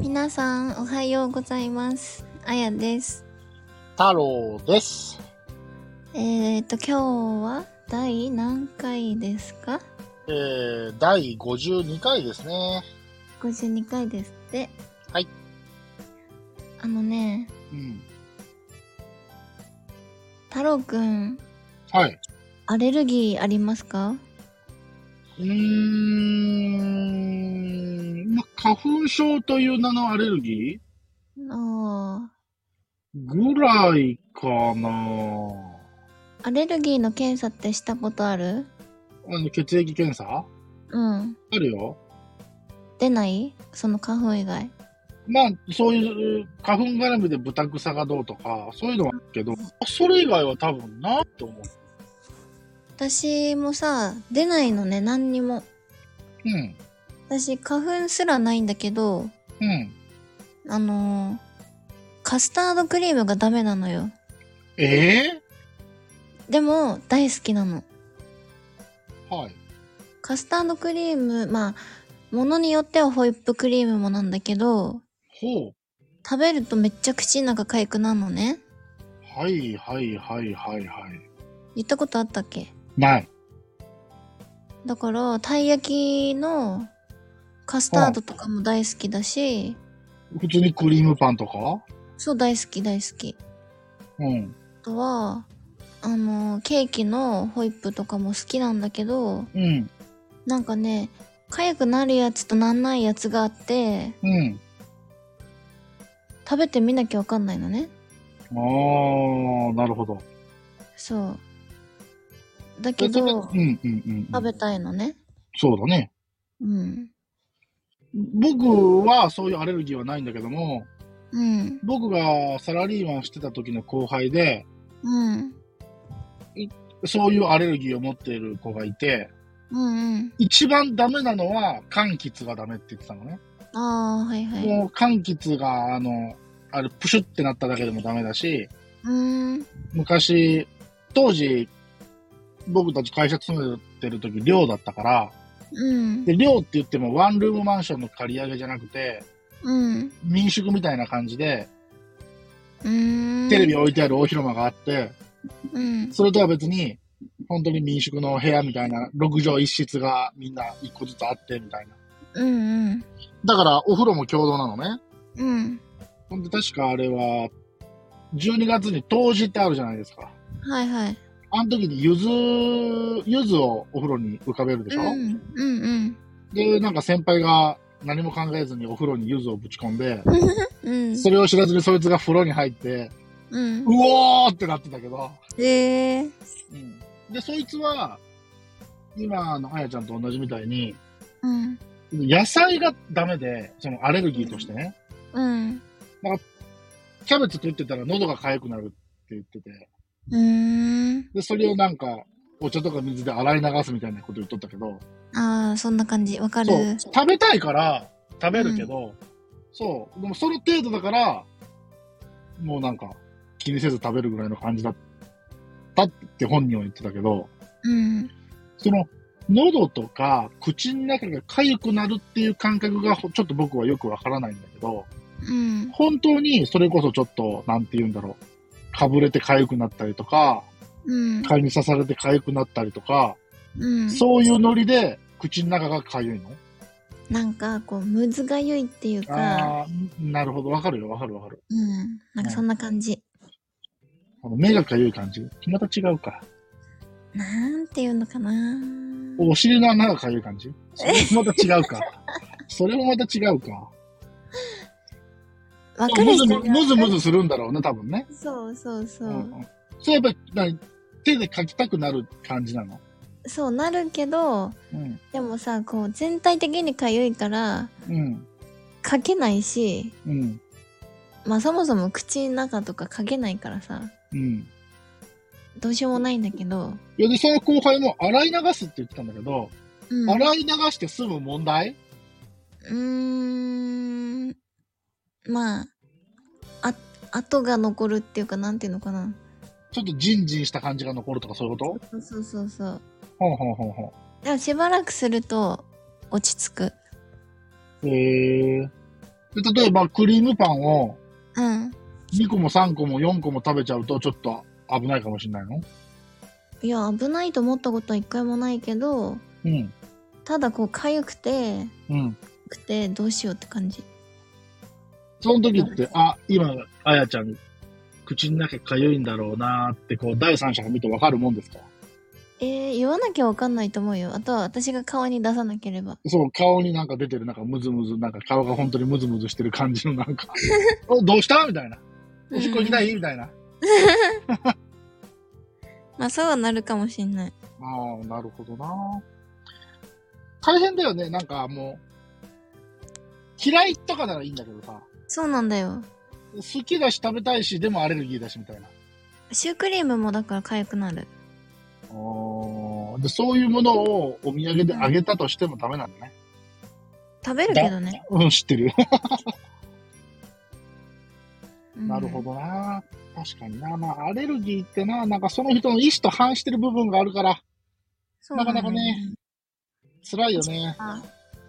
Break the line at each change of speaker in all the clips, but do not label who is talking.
皆さん、おはようございます。あやです。
太郎です。
えー、っと、今日は第何回ですか
えー、第52回ですね。
?52 回ですって。
はい。
あのね、
うん。
太郎くん、
はい。
アレルギーありますか
うーん、ま、花粉症という名のアレルギ
あ
ーぐらいかな
ーアレルギーの検査ってしたことある
あの、血液検査
うん。
あるよ。
出ないその花粉以外。
まあ、そういう、花粉絡みでブタクサがどうとか、そういうのはあるけど、それ以外は多分なと思う。
私もさ、出ないのね、何にも。
うん。
私、花粉すらないんだけど、
うん。
あのーカスタードクリームがダメなのよ。
え
でも、大好きなの。
ー、はい。
カスタードクリーム、まあ、ものによってはホイップクリームもなんだけど、
ほう。
食べるとめっちゃ口の中かゆくなるのね。
はい、はい、はい、はい、はい。
言ったことあったっけ
ない。
だから、たい焼きのカスタードとかも大好きだし、
普通にクリームパンとか
そう大好き大好き。
うん。
あとは、あのーケーキのホイップとかも好きなんだけど、
うん。
なんかね、かゆくなるやつとなんないやつがあって、
うん。
食べてみなきゃわかんないのね。
ああ、なるほど。
そう。だけど
う、んうんうん。
食べたいのね。
そうだね。
うん。
僕はそういうアレルギーはないんだけども、
うん。
僕がサラリーマンしてた時の後輩で、
うん。
そういうアレルギーを持っている子がいて、
うんうん。
一番ダメなのは柑橘がダメって言ってたのね。
ああ、はいはい。
もう柑橘が、あの、あれ、プシュってなっただけでもダメだし、
うーん。
昔、当時、僕たち会社勤めてる時、寮だったから、
うん。
で、寮って言ってもワンルームマンションの借り上げじゃなくて、
うん。
民宿みたいな感じで、
うーん。
テレビ置いてある大広間があって、
うん。
それとは別に、本当に民宿の部屋みたいな、6畳一室がみんな一個ずつあって、みたいな。
うんうん。
だから、お風呂も共同なのね。
うん。
ほんで、確かあれは、12月に冬至ってあるじゃないですか。
はいはい。
あの時に柚子、柚子をお風呂に浮かべるでし
う
ょ、
ん。うんうん。
で、なんか先輩が何も考えずにお風呂に柚子をぶち込んで、
うん。
それを知らずにそいつが風呂に入って、
うん。
うおーってなってたけど。
ええ。
で、そいつは、今のあやちゃんと同じみたいに、
うん。
野菜がダメで、そのアレルギーとしてね、
うん。
キャベツ食ってたら喉が痒くなるって言ってて、
うーん。
で、それをなんか、お茶とか水で洗い流すみたいなこと言っとったけど、
ああ、そんな感じ。わかる。
そう、食べたいから食べるけど、そう、でもその程度だから、もうなんか、気にせず食べるぐらいの感じだったって本人は言ってたけど、
うん。
その、喉とか口の中が痒くなるっていう感覚がほちょっと僕はよくわからないんだけど、
うん。
本当にそれこそちょっと、なんて言うんだろう、かぶれて痒くなったりとか、
うん。
蚊に刺されて痒くなったりとか、
うん。
そういうノリで口の中が痒いの
なんか、こう、むずがゆいっていうか、
ああ、なるほど、わかるよ、わかるわかる。
うん。なんかそんな感じ。
あの目が痒い感じまた違うか。
なんていうのかな
お尻の穴が痒い感じそれもまた違うか。それもまた違うか。
わかる
むず
人には
むずむずするんだろうね、多分ね。
そうそうそう。
うんそうやっぱり何手で書きたくなる感じなの。
そうなるけど、
うん。
でもさ、こう、全体的にかゆいから、
うん。
書けないし、
うん。
まあそもそも口の中とか書けないからさ、
うん。
どうしようもないんだけど、
いや、で、その後輩も洗い流すって言ってたんだけど、
うん。う
洗い流して済む問題
ーん。まあ、あ、跡が残るっていうか、なんていうのかな。
ちょっとジンジンした感じが残るとかそういうこと
そうそうそうそう。
ほうほうほうほ
でもしばらくすると、落ち着く。
う。へえ。で、例えばクリームパンを
うん。
2個も3個も4個も食べちゃうとちょっと危ないかもしれないの
いや、危ないと思ったことは一回もないけど、
うん。
ただこう、痒くて、
うん。
くて、どうしようって感じ。
その時って、あ、今、あやちゃん、口の中かゆいんだろうなーって、こう、第三者が見てわかるもんですか
えー、言わなきゃわかんないと思うよ。あとは私が顔に出さなければ。
そう、顔になんか出てる、なんかムズムズ、なんか顔が本当にムズムズしてる感じのなんか、 お、どうしたみたいな。おしっこ行きたいみたいな。
まあ、そうはなるかもしんない。
ああ、なるほどな。大変だよね、なんかもう、嫌いとかならいいんだけどさ、
そうなんだよ。
好きだし食べたいし、でもアレルギーだしみたいな。
シュークリームもだから痒くなる。
おーでそういうものをお土産であげたとしてもダメなんだね。
食べるけどね。
うん、知ってる。
うん
なるほ。どな。確かにな。まあ、アレルギーってな、なんかその人の意思と反してる部分があるから、
そうなんだよ
なかなかね。辛いよね。
あ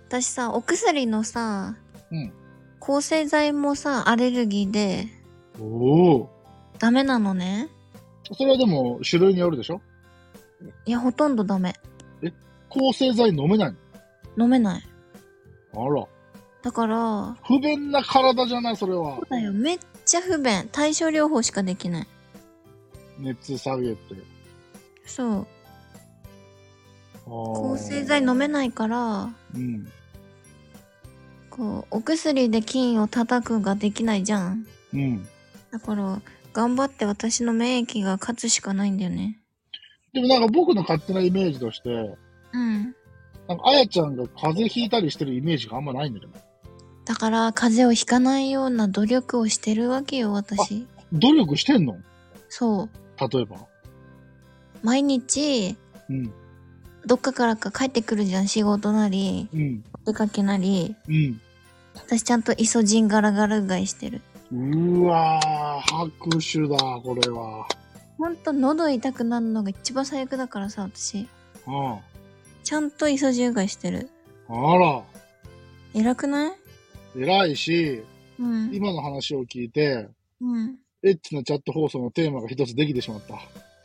私さ、お薬のさ、
うん
抗生剤もさ、アレルギーで、
おお。
ダメなのね。
それはでも、種類によるでしょ
いや、ほとんどダメ。
抗生剤飲めない
飲めない。
の。あら。
だから、
不便な体じゃない、それは
そう。だよ。めっちゃ不便。対症療法しかできない。
熱下げて。
そう。抗
抗
生剤飲めないから、
うん。
こう、お薬で菌を叩くができないじゃん。
うん。
だから、頑張って私の免疫が勝つしかないんだよね。
でもなんか僕の勝手なイメージとして、
うん。
なんかあやちゃんが風邪ひいたりしてるイメージがあんまないんだけど。
だから、風邪をひかないような努力をしてるわけよ、私。
努力してんの
そう。
例えば。
毎日、
うん。
どっかからか帰ってくるじゃん、仕事なり、
うん。
お出かけなり。
うん。
私ちゃんとイソジンガラガラがいしてる。
うわー、拍手だ、これは。
ほんと喉痛くなるのが一番最悪だからさ、私。
うん。
ちゃんとイソジンガしてる。
あら、
偉くない
偉いし、
うん。
今の話を聞いて、
うん。
エッチなチャット放送のテーマが一つできてしまった。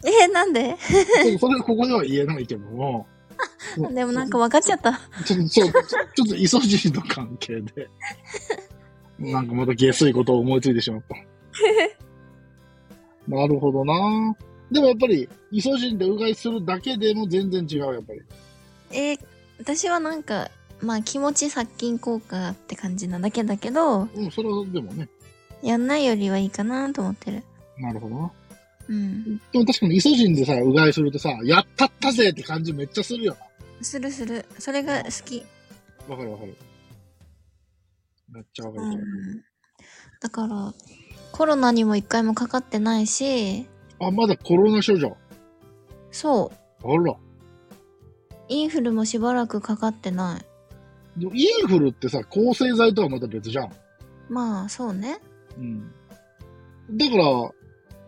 えー、なんで
ちょっとそれはここでは言えないけども。
でもなんか分かっちゃった。
ちょっと、そう、ちょっと、イソジンの関係で。なんかまた下水ことを思いついてしまった。なるほどなでもやっぱり、イソジンでうがいするだけでも全然違う、やっぱり。
えー私はなんか、まあ気持ち殺菌効果って感じなだけだけど、
うん、それはでもね。
やんないよりはいいかなと思ってる。
なるほどな。
うん。
でも確かにイソジンでさ、うがいするとさ、やったったぜって感じめっちゃするよ
するする。それが好き。
な。わかるわかる。めっちゃわかる
う
わ
ん
かる。。
だから、コロナにも一回もかかってないし、
あ、まだコロナ症状。
そう。
あら。
インフルもしばらくかかってない。
でもインフルってさ、抗生剤とはまた別じゃん。
まあ、そうね。
うん。だから、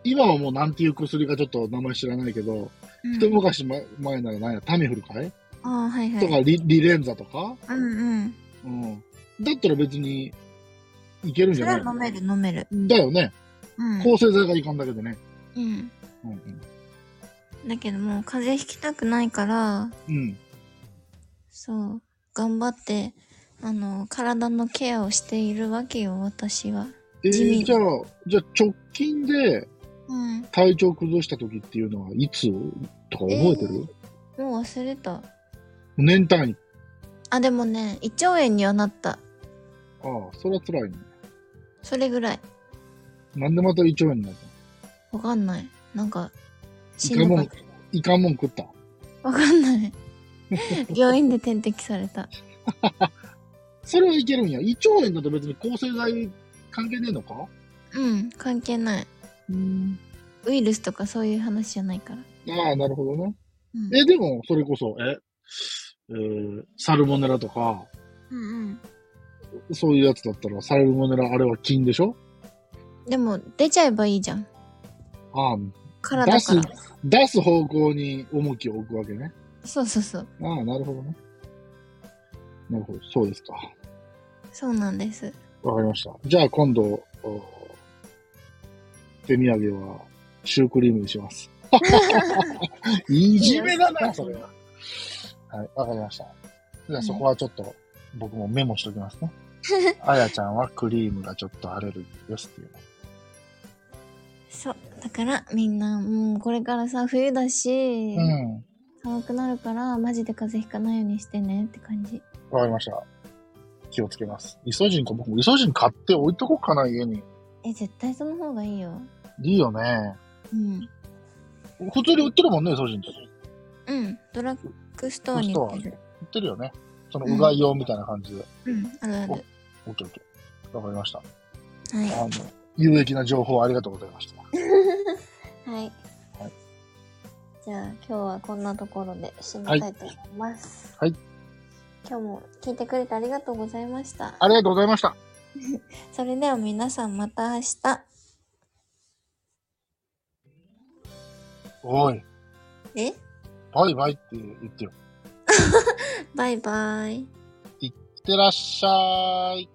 今はもうなんていう薬かちょっと名前知らないけど、
うん
一昔前前なら何や、タミフルかい、
ああ、はいは
と
い。
かリ、リレンザとか
うんうん。
うん。だったら別に、いけるん
そ
じゃ
れ
な
はい飲める飲める。
だよね。
うん。
抗生剤がいかんだけでね。
うん。
うんうん。
だけどもう風邪ひきたくないから、
うん。
そう、頑張って、あの、体のケアをしているわけよ、私は。
え
地
ー、
味
じゃあ、じゃあ直近で
うん。
体調崩した時っていうのは、いつとか覚えてる、
もう忘れた。
年単位。
あ、でもね、胃腸炎にはなった。
ああ、それは辛いね。
それぐらい。
なんでまた胃腸炎になったの
わかんない。なんか、し
い
ん
か
ど
も
かっ
ん、いかんもん食った。
た。わかんない。 病院で点滴された。
それはいけるんや。胃腸炎だと別に抗生剤関係ねえのか
うん、関係ない。
うん。
ウイルスとかそういう話じゃないから。
ああ、なるほどね。
うん。
え、でも、それこそ、え、えーサルモネラとか、
うんうん。
そういうやつだったら、サルモネラ、あれは菌でしょ
でも、出ちゃえばいいじゃん。
ああ、
体から。
出す方向に重きを置くわけね。
そうそうそう。
ああ、なるほどね。なるほど、そうですか。
そうなんです。
わかりました。じゃあ今度、お手土産はシュークリームにし ます。いじめだな、それは。はい、わかりました。じゃあそこはちょっと僕もメモしとき ますね。あやちゃんはクリームがちょっとアレルギーですっていう。
そう。だから、みんな、もうこれからさ、冬だし、
うん。
寒くなるから、マジで風邪ひかないようにしてねって感じ。
わかりました。気をつけます。イソジンか、僕もイソジン買って置いとこうかな、家に。
え、絶対その方がいいよ。
いいよね。
うん。
普通に売ってるもんね、イソジンって。
うん。ドラッグストアに売ってる。
売ってるよね。そのうがい用みたいな感じで。
うん。あるある。
オッケーオッケー。わかりました。
は
あの、有益な情報ありがとうございました。
い。はい。
はい
じゃあ、今日はこんなところで締めたいと思います。
はいは
今日も聞いてくれてありがとうございました。
ありがとうございました。
それでは皆さんまた明日。
おい、
え
バイバイって言ってよ。
バイバイ。
いってらっしゃい。